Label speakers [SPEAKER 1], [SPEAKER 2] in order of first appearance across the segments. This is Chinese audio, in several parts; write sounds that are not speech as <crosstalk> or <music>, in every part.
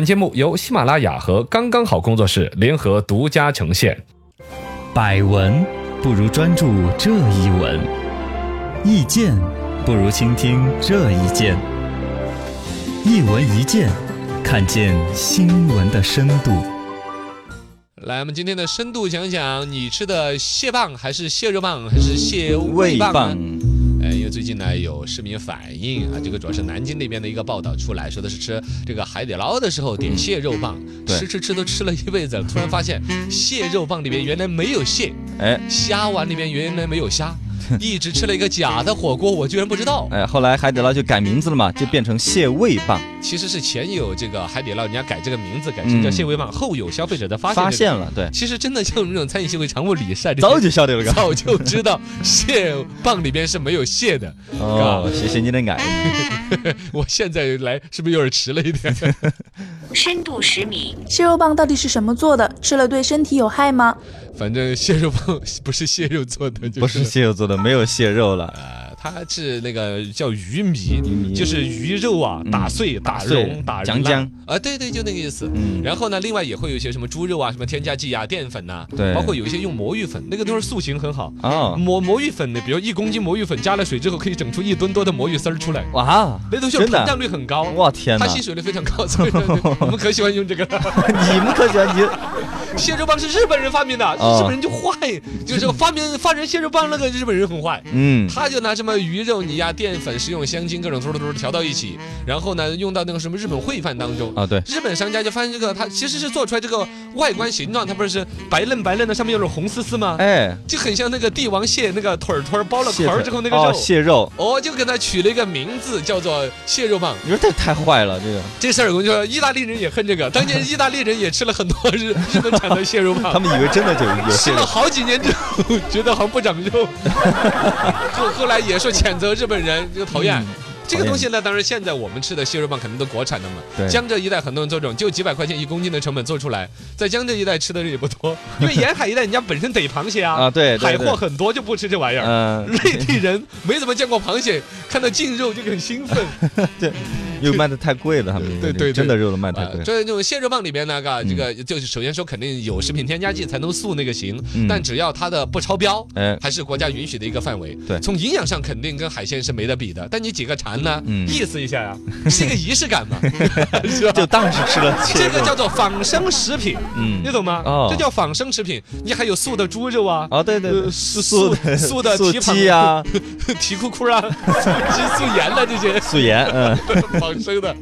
[SPEAKER 1] 本节目由喜马拉雅和刚刚好工作室联合独家呈现。
[SPEAKER 2] 百闻不如专注这一闻，意见不如倾听这一见。一闻一见，看见新闻的深度。
[SPEAKER 1] 来，我们今天的深度讲讲，你吃的蟹棒还是蟹肉棒还是蟹
[SPEAKER 2] 味
[SPEAKER 1] 棒
[SPEAKER 2] 棒
[SPEAKER 1] 呢？，哎，因为最近呢有市民反映啊，这个主要是南京那边的一个报道出来，说的是吃这个海底捞的时候点蟹肉棒，
[SPEAKER 2] 对
[SPEAKER 1] 吃吃吃都吃了一辈子了，突然发现蟹肉棒里面原来没有蟹，
[SPEAKER 2] 哎
[SPEAKER 1] 虾丸里面原来没有
[SPEAKER 2] <laughs>
[SPEAKER 1] 虾，一直吃了一个假的火锅，我居然不知道。
[SPEAKER 2] 哎，后来海底捞就改名字了嘛，就变成蟹味棒，
[SPEAKER 1] 其实是前有这个海底捞人家改这个名字，改成叫
[SPEAKER 2] 嗯
[SPEAKER 1] 蟹味棒，后有消费者的发现。
[SPEAKER 2] 发现了，对，
[SPEAKER 1] 其实真的像我们这种餐饮协会常务理事啊，这些
[SPEAKER 2] 早就晓得
[SPEAKER 1] <laughs>
[SPEAKER 2] 了个。
[SPEAKER 1] 早就知道蟹棒里边是没有蟹的。
[SPEAKER 2] 哦，谢谢你的爱。
[SPEAKER 1] <laughs> 我现在来是不是有点迟了一点？ <laughs>
[SPEAKER 3] 深度十米，
[SPEAKER 4] 蟹肉棒到底是什么做的？吃了对身体有害吗？
[SPEAKER 1] 反正蟹肉棒不是蟹肉做的，就
[SPEAKER 2] 不是蟹肉做的，没有蟹肉了，
[SPEAKER 1] 呃，它是那个叫鱼糜，
[SPEAKER 2] 糜
[SPEAKER 1] 就是鱼肉啊，
[SPEAKER 2] 嗯
[SPEAKER 1] 打碎、打
[SPEAKER 2] 打碎
[SPEAKER 1] 蓉、打烂
[SPEAKER 2] 浆浆
[SPEAKER 1] 啊，对对，就那个意思。
[SPEAKER 2] 嗯
[SPEAKER 1] 然后呢，另外也会有一些什么猪肉啊、什么添加剂啊、淀粉呐、
[SPEAKER 2] 对
[SPEAKER 1] 包括有一些用魔芋粉，那个都是塑形很好。
[SPEAKER 2] 哦，
[SPEAKER 1] 魔魔芋粉呢，比如一公斤魔芋粉加了水之后，可以整出一吨多的魔芋丝儿出来，
[SPEAKER 2] 哇，
[SPEAKER 1] 那东西
[SPEAKER 2] 真
[SPEAKER 1] 膨胀
[SPEAKER 2] 的，啊
[SPEAKER 1] 率很高。
[SPEAKER 2] 哇天哪
[SPEAKER 1] 它！吸水率非常高，
[SPEAKER 2] <laughs>
[SPEAKER 1] 所以我们可喜欢用这个了。
[SPEAKER 2] 你们可喜欢你
[SPEAKER 1] 蟹肉棒是日本人发明的，
[SPEAKER 2] 哦
[SPEAKER 1] 日本人就坏，就是发明发明蟹肉棒那个日本人很坏。
[SPEAKER 2] 嗯，
[SPEAKER 1] 他就拿什么鱼肉泥呀、淀粉、食用香精各种突突突调到一起，然后呢用到那个什么日本烩饭当中。
[SPEAKER 2] 啊对，
[SPEAKER 1] 日本商家就发现这个，它其实是做出来这个外观形状，它不是白嫩白嫩的，上面有点红丝丝吗？
[SPEAKER 2] 哎，
[SPEAKER 1] 就很像那个帝王蟹那个腿儿腿儿包了
[SPEAKER 2] 蟹
[SPEAKER 1] 壳儿
[SPEAKER 2] 腿
[SPEAKER 1] 之后那个
[SPEAKER 2] 哦
[SPEAKER 1] 肉。
[SPEAKER 2] 蟹肉，
[SPEAKER 1] 哦，就给它取了一个名字，叫做蟹肉棒。
[SPEAKER 2] 你说这太坏了，这个
[SPEAKER 1] 这事儿我跟你说，意大利人也恨这个。当年意大利人也吃了很多日日本产的蟹肉
[SPEAKER 2] 他
[SPEAKER 1] 棒，
[SPEAKER 2] 们以为真的就有
[SPEAKER 1] 吃
[SPEAKER 2] 蟹
[SPEAKER 1] 了 <laughs>
[SPEAKER 2] 肉，
[SPEAKER 1] 好几年之后，觉得好像不长肉。后后来也说谴责日本人，这个讨
[SPEAKER 2] 嗯
[SPEAKER 1] 厌。这个东西呢，当然现在我们吃的蟹肉棒肯定都国产的嘛。
[SPEAKER 2] 对
[SPEAKER 1] 江浙一带很多人做这种，就几百块钱一公斤的成本做出来，在江浙一带吃的人也不多，因为沿海一带人家本身逮螃蟹啊，
[SPEAKER 2] 啊对对
[SPEAKER 1] 海货
[SPEAKER 2] 对
[SPEAKER 1] 很多就不吃这玩意儿。 <laughs>
[SPEAKER 2] 嗯，
[SPEAKER 1] 内地人没怎么见过螃蟹，看到净肉就很兴
[SPEAKER 2] <laughs>
[SPEAKER 1] 奋。
[SPEAKER 2] 又卖的太贵了，他们
[SPEAKER 1] <laughs> 对对对
[SPEAKER 2] 真的肉都卖太
[SPEAKER 1] 啊
[SPEAKER 2] 贵，，
[SPEAKER 1] 所以这种蟹肉棒里边那
[SPEAKER 2] 嗯
[SPEAKER 1] 个这个就是首先说肯定有食品添加剂才能塑那个形
[SPEAKER 2] 嗯，
[SPEAKER 1] 但只要它的不超标，
[SPEAKER 2] 哎，
[SPEAKER 1] 还是国家允许的一个范围。
[SPEAKER 2] 对
[SPEAKER 1] 从营养上肯定跟海鲜是没得比的，但你几个馋呢
[SPEAKER 2] 嗯，
[SPEAKER 1] 意思一下呀，是一个仪式感
[SPEAKER 2] <laughs>
[SPEAKER 1] 嘛，是吧？
[SPEAKER 2] 就当是吃了蟹
[SPEAKER 1] <laughs> 这
[SPEAKER 2] 肉
[SPEAKER 1] 个，叫做仿生食品，
[SPEAKER 2] 嗯
[SPEAKER 1] 你，懂吗
[SPEAKER 2] 哦？
[SPEAKER 1] 这叫仿生食品。你还有素的猪肉啊，
[SPEAKER 2] 哦对对对
[SPEAKER 1] 呃素素
[SPEAKER 2] 的
[SPEAKER 1] 素
[SPEAKER 2] <laughs>
[SPEAKER 1] 的
[SPEAKER 2] 素
[SPEAKER 1] 蹄膀
[SPEAKER 2] 鸡啊，
[SPEAKER 1] <laughs> 提裤裤啊， <laughs> 素鸡素盐的这些
[SPEAKER 2] 素颜，
[SPEAKER 1] <laughs>
[SPEAKER 2] 嗯，
[SPEAKER 1] 仿生的。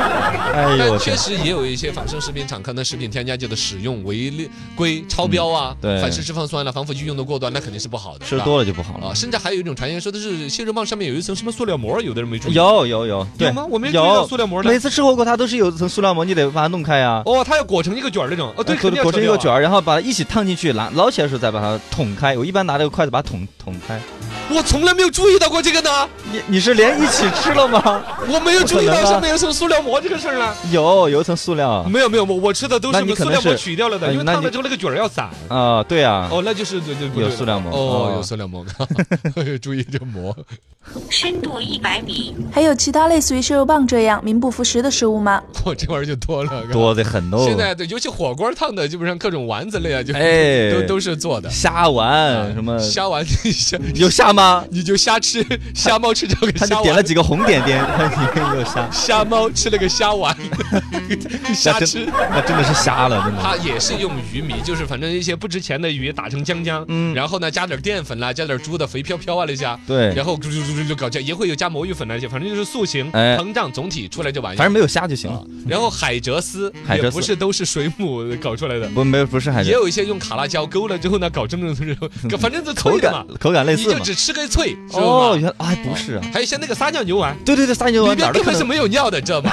[SPEAKER 2] 哎呦
[SPEAKER 1] 但
[SPEAKER 2] 我
[SPEAKER 1] 确
[SPEAKER 2] 天，
[SPEAKER 1] 实也有一些仿生食品厂可能食品添加剂的使用违例规超标啊，
[SPEAKER 2] 嗯对
[SPEAKER 1] 反式脂肪酸了、防腐剂用的过多，那肯定是不好的。
[SPEAKER 2] 吃
[SPEAKER 1] 是吧
[SPEAKER 2] 多了就不好了
[SPEAKER 1] 啊，，甚至还有一种传言说的是蟹肉棒上面有一层什么塑料膜，有的人没注意。
[SPEAKER 2] 有有有，
[SPEAKER 1] 嗯
[SPEAKER 2] 对
[SPEAKER 1] 有吗？我没注意到
[SPEAKER 2] 有
[SPEAKER 1] 塑料膜
[SPEAKER 2] 每
[SPEAKER 1] 的。
[SPEAKER 2] 次吃火锅它都是有一层塑料膜，你得把它弄开呀。
[SPEAKER 1] 哦，它要裹成一个卷儿那种。哦，对，
[SPEAKER 2] 哎
[SPEAKER 1] 肯
[SPEAKER 2] 裹
[SPEAKER 1] 定要
[SPEAKER 2] 裹成一
[SPEAKER 1] 扯
[SPEAKER 2] 个
[SPEAKER 1] 掉
[SPEAKER 2] 卷儿，然后把它一起烫进去，拿捞起来的时候再把它捅开。我一般拿这个筷子把它捅捅开。
[SPEAKER 1] 啊。我从来没有注意到过这个呢，
[SPEAKER 2] 你你是连一起吃了吗？
[SPEAKER 1] 我没有注意
[SPEAKER 2] 不
[SPEAKER 1] 到
[SPEAKER 2] 可能啊吧
[SPEAKER 1] 上面有层塑料膜这个事儿呢。
[SPEAKER 2] 有有一层塑料啊、
[SPEAKER 1] 没有没有，我我吃的都
[SPEAKER 2] 那你
[SPEAKER 1] 是塑
[SPEAKER 2] 可能
[SPEAKER 1] 料膜
[SPEAKER 2] 是
[SPEAKER 1] 取掉了的，
[SPEAKER 2] 哎
[SPEAKER 1] 因为
[SPEAKER 2] 那
[SPEAKER 1] 烫了
[SPEAKER 2] 你
[SPEAKER 1] 之后那个卷儿要散。
[SPEAKER 2] 对啊，
[SPEAKER 1] 哦，那就是对对不
[SPEAKER 2] 有
[SPEAKER 1] 对
[SPEAKER 2] 塑料膜
[SPEAKER 1] 哦
[SPEAKER 2] 哦，
[SPEAKER 1] 有塑料膜， <laughs> 哦注意这个膜。 <laughs>
[SPEAKER 3] 深度一百米，
[SPEAKER 4] 还有其他类似于蟹肉棒这样名不符实的食物吗？
[SPEAKER 1] 我这玩意儿就多了。
[SPEAKER 2] 多得很哦。
[SPEAKER 1] 现在啊对，尤其火锅烫的，基本上各种丸子类啊，就
[SPEAKER 2] 哎
[SPEAKER 1] 都都是做的。
[SPEAKER 2] 虾丸
[SPEAKER 1] 啊
[SPEAKER 2] 什么
[SPEAKER 1] 虾丸，你虾
[SPEAKER 2] 有虾吗？
[SPEAKER 1] 你就瞎吃，瞎猫吃这个
[SPEAKER 2] 他
[SPEAKER 1] 虾
[SPEAKER 2] 就点了
[SPEAKER 1] 丸，
[SPEAKER 2] 几个红点点， <laughs> 里面有虾，
[SPEAKER 1] 瞎猫吃了个虾
[SPEAKER 2] <laughs>
[SPEAKER 1] 丸，瞎
[SPEAKER 2] 那
[SPEAKER 1] 吃
[SPEAKER 2] 真。那真的是虾了，真的。
[SPEAKER 1] 它也是用鱼糜，就是反正一些不值钱的鱼打成浆浆，
[SPEAKER 2] 嗯
[SPEAKER 1] 然后呢加点淀粉啦，加点猪的肥飘飘啊那些，
[SPEAKER 2] 对
[SPEAKER 1] 然后就就就就搞这，也会有加魔芋粉啊那些，反正就是塑形、
[SPEAKER 2] 哎
[SPEAKER 1] 膨胀，总体出来这玩意
[SPEAKER 2] 反
[SPEAKER 1] 儿
[SPEAKER 2] 正。没有虾就行
[SPEAKER 1] 啊
[SPEAKER 2] 了，
[SPEAKER 1] 然后海蜇丝
[SPEAKER 2] 海
[SPEAKER 1] 也
[SPEAKER 2] 蜇
[SPEAKER 1] 不
[SPEAKER 2] 丝
[SPEAKER 1] 是都是水母搞出来的，
[SPEAKER 2] 不没有不是海
[SPEAKER 1] 也
[SPEAKER 2] 蜇，
[SPEAKER 1] 有一些用卡拉胶勾了之后呢，搞这么种
[SPEAKER 2] <laughs>
[SPEAKER 1] 种，反正就
[SPEAKER 2] 口
[SPEAKER 1] 脆的嘛
[SPEAKER 2] 感，口感类
[SPEAKER 1] 你
[SPEAKER 2] 似
[SPEAKER 1] 就
[SPEAKER 2] 嘛。
[SPEAKER 1] 只吃个脆，知道
[SPEAKER 2] 哦，
[SPEAKER 1] 吗？
[SPEAKER 2] 原来哎不是啊，
[SPEAKER 1] 还有像那个撒尿牛丸，
[SPEAKER 2] 对对对，撒牛
[SPEAKER 1] 里
[SPEAKER 2] 丸哪
[SPEAKER 1] 边
[SPEAKER 2] 儿都
[SPEAKER 1] 根
[SPEAKER 2] 可
[SPEAKER 1] 本是
[SPEAKER 2] 能
[SPEAKER 1] 没有尿的，知
[SPEAKER 2] <laughs>
[SPEAKER 1] 道吗？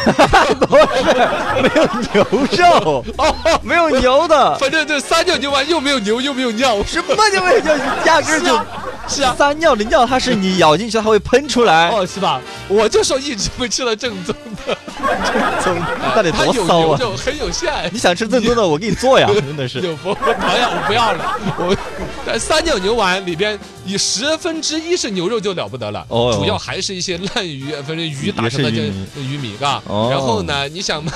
[SPEAKER 2] 没有牛肉，
[SPEAKER 1] 哦，
[SPEAKER 2] 没有牛的，
[SPEAKER 1] 反正这撒尿牛丸又没有牛又没有尿， <laughs>
[SPEAKER 2] 什么就没有牛，压根儿
[SPEAKER 1] 是
[SPEAKER 2] 就
[SPEAKER 1] 啊是啊，
[SPEAKER 2] 撒尿的尿，它是你咬进去它会喷出来， <laughs>
[SPEAKER 1] 哦是吧？我就说一直没吃到正宗的，
[SPEAKER 2] 从那得
[SPEAKER 1] 它
[SPEAKER 2] 多
[SPEAKER 1] 有
[SPEAKER 2] 骚
[SPEAKER 1] 牛
[SPEAKER 2] 啊！
[SPEAKER 1] 肉很有馅， <laughs>
[SPEAKER 2] 你想吃正宗的，我给你做呀，真的是。
[SPEAKER 1] 有不？哎呀，我不要了，我但三角牛丸里边以十分之一是牛肉就了不得了，
[SPEAKER 5] 哦哟
[SPEAKER 1] 主要还是一些烂鱼，反正鱼打成的这
[SPEAKER 5] 也是
[SPEAKER 1] 鱼米，嘎。
[SPEAKER 5] 哦
[SPEAKER 1] 然后呢，你想嘛，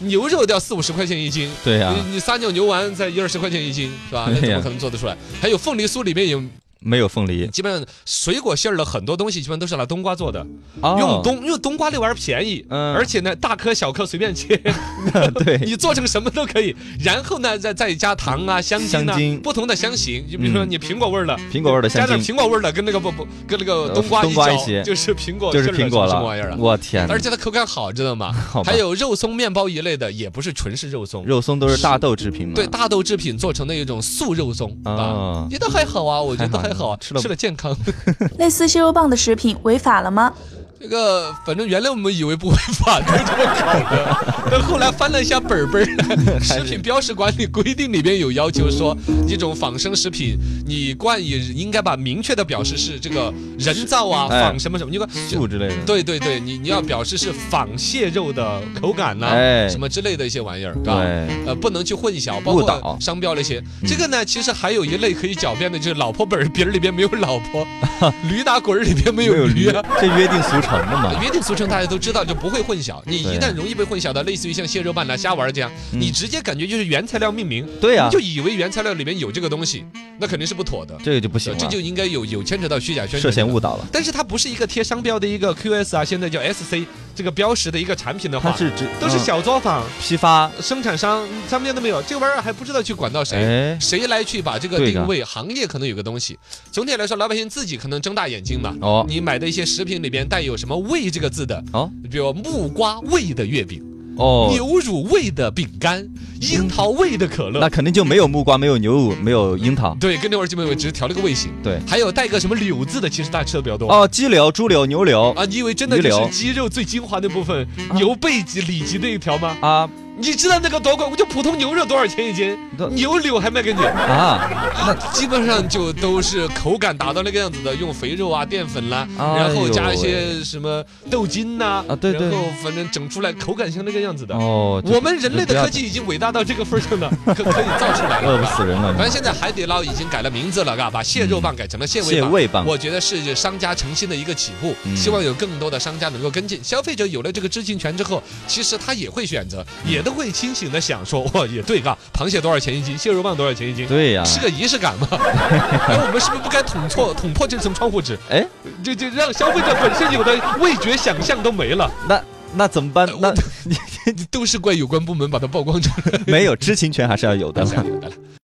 [SPEAKER 1] 牛肉都要四五十块钱一斤，
[SPEAKER 5] 对
[SPEAKER 2] 啊
[SPEAKER 5] 呀
[SPEAKER 1] 你你撒尿牛丸才一二十块钱一斤是吧？那
[SPEAKER 5] 对
[SPEAKER 1] 怎
[SPEAKER 5] 呀
[SPEAKER 1] 么可能做得出来？还有凤梨酥里面有，
[SPEAKER 5] 没有凤梨，
[SPEAKER 1] 基本上水果馅儿的很多东西，基本上都是拿冬瓜做的，
[SPEAKER 5] 哦
[SPEAKER 1] 用冬因为冬瓜那玩意儿便宜，
[SPEAKER 5] 嗯
[SPEAKER 1] 而且呢大颗小颗随便切，
[SPEAKER 5] 哦对
[SPEAKER 1] <laughs> 你做成什么都可以。然后呢再再加糖啊、香精啊
[SPEAKER 5] 嗯香精
[SPEAKER 1] 不同的香型，就比如说
[SPEAKER 5] 嗯
[SPEAKER 1] 你苹果味儿的。
[SPEAKER 5] 苹果味儿的
[SPEAKER 1] 加
[SPEAKER 5] 香
[SPEAKER 1] 点
[SPEAKER 5] 精，
[SPEAKER 1] 苹果味儿的，跟那个不不跟那个
[SPEAKER 5] 呃
[SPEAKER 1] 冬瓜
[SPEAKER 5] 冬瓜
[SPEAKER 1] 搅
[SPEAKER 5] 一起
[SPEAKER 1] 就是苹果
[SPEAKER 5] 就是
[SPEAKER 1] 馅儿的
[SPEAKER 5] 苹果
[SPEAKER 1] 什么玩意儿
[SPEAKER 5] 了。
[SPEAKER 1] 啊？
[SPEAKER 5] 我天哪
[SPEAKER 1] 而，且它口感好，知道吗？
[SPEAKER 5] <laughs> 好吧
[SPEAKER 1] 还有肉松面包一类的，也不是纯是肉松，
[SPEAKER 5] 肉松都是大豆制品嘛？
[SPEAKER 1] 对大豆制品做成的一种素肉松啊
[SPEAKER 5] 哦，
[SPEAKER 1] 也都还好啊，我觉得还好啊，
[SPEAKER 5] 还好吃了
[SPEAKER 1] 吃了健康。
[SPEAKER 4] 类似蟹肉棒的食品违法了吗？
[SPEAKER 1] 这个反正原来我们以为不违法，都这么搞的，但后来翻了一下本儿
[SPEAKER 5] <laughs>
[SPEAKER 1] 本儿，食品标识管理规定里边有要求说，一种仿生食品，你冠以应该把明确的表示是这个人造啊，
[SPEAKER 5] 哎
[SPEAKER 1] 仿什么什么，你管
[SPEAKER 5] 素之类的。
[SPEAKER 1] 对对对，你你要表示是仿蟹肉的口感呐、
[SPEAKER 5] 哎
[SPEAKER 1] 什么之类的一些玩意儿，嘎
[SPEAKER 5] 对，
[SPEAKER 1] 呃，不能去混淆，包
[SPEAKER 5] 误
[SPEAKER 1] 括
[SPEAKER 5] 导
[SPEAKER 1] 商标那些。这个呢，其实还有一类可以狡辩的，就是老婆本儿饼儿里边没有
[SPEAKER 5] <laughs>
[SPEAKER 1] 老婆，驴打滚儿里边没有驴啊。
[SPEAKER 5] 这约定俗成的嘛？
[SPEAKER 1] 约定俗成，大家都知道就不会混淆。你一
[SPEAKER 5] 啊对
[SPEAKER 1] 旦容易被混淆的，类似于像蟹肉拌呐、虾丸儿这样，
[SPEAKER 5] 嗯
[SPEAKER 1] 你直接感觉就是原材料命名，
[SPEAKER 5] 对呀
[SPEAKER 1] 你就以为原材料里面有这个东西，那肯定是不妥的。
[SPEAKER 5] 这个就不行了，
[SPEAKER 1] 这就应该有有牵扯到虚假宣传，
[SPEAKER 5] 涉嫌误导了。
[SPEAKER 1] 但是它不是一个贴商标的一个 QS 啊，现在叫 SC 这个标识的一个产品的
[SPEAKER 5] 它
[SPEAKER 1] 话，
[SPEAKER 5] 是指
[SPEAKER 1] 都是小作
[SPEAKER 5] 嗯
[SPEAKER 1] 坊、
[SPEAKER 5] 批发，
[SPEAKER 1] 生产商、商店都没有，这个玩意儿还不知道去管到谁。
[SPEAKER 5] 哎，
[SPEAKER 1] 谁来去把这个
[SPEAKER 5] 对的
[SPEAKER 1] 定位？行业可能有个东西。总体来说，老百姓自己可能睁大眼睛嘛。
[SPEAKER 5] 哦
[SPEAKER 1] 你买的一些食品里边带有什么“味”这个字的，
[SPEAKER 5] 哦
[SPEAKER 1] 比如木瓜味的月饼、
[SPEAKER 5] 哦，嗯
[SPEAKER 1] 牛乳味的饼干、樱桃味的可乐
[SPEAKER 5] 那，肯定就没有木瓜，没有牛乳，没有樱桃。
[SPEAKER 1] 对，跟那会儿基本有只是调了个味型。
[SPEAKER 5] 对
[SPEAKER 1] 还有带个什么柳字的，其实大家吃的比较多。
[SPEAKER 5] 哦，鸡柳、猪柳、牛柳
[SPEAKER 1] 啊，你以为真的
[SPEAKER 5] 鱼
[SPEAKER 1] 就是
[SPEAKER 5] 柳
[SPEAKER 1] 鸡肉最精华的部分，牛背脊、里脊那一条吗？
[SPEAKER 5] 啊
[SPEAKER 1] 你知道那个多贵？就普通牛肉多少钱一斤
[SPEAKER 5] 那？
[SPEAKER 1] 牛柳还卖给你？
[SPEAKER 5] 啊，
[SPEAKER 1] 那基本上就都是口感达到那个样子的，用肥肉啊、淀粉啦，
[SPEAKER 5] 哎呦
[SPEAKER 1] 然后加一些什么豆筋呐，
[SPEAKER 5] 啊对对
[SPEAKER 1] 然后反正整出来口感像那个样子的。
[SPEAKER 5] 哦，这
[SPEAKER 1] 我们人类
[SPEAKER 5] 这不
[SPEAKER 1] 的
[SPEAKER 5] 要
[SPEAKER 1] 科技已经伟大到这个份儿上了，可 <laughs> 可以造出来了。
[SPEAKER 5] 饿不死人了。
[SPEAKER 1] 反正
[SPEAKER 5] 你
[SPEAKER 1] 现在海底捞已经改了名字了，嘎，把蟹肉棒改成了蟹味
[SPEAKER 5] 蟹味棒
[SPEAKER 1] 我觉得是商家诚心的一个起步，
[SPEAKER 5] 嗯
[SPEAKER 1] 希望有更多的商家能够跟进。消费者有了这个知情权之后，其实他也会选择，也都会清醒的想说，哇，也对，嘎，螃蟹多少钱一斤，蟹肉棒多少钱一斤，
[SPEAKER 5] 对呀，
[SPEAKER 1] 是个仪式感嘛。 <laughs> 哎，我们是不是不该捅破捅破这层窗户纸？
[SPEAKER 5] 哎，
[SPEAKER 1] 就就让消费者本身有的味觉想象都没了， <laughs>
[SPEAKER 5] 那那怎么办
[SPEAKER 1] 我？
[SPEAKER 5] 那
[SPEAKER 1] 都是怪有关部门把它曝光出来。 <laughs>
[SPEAKER 5] 没有知情权还是要有的。
[SPEAKER 1] 当然有的了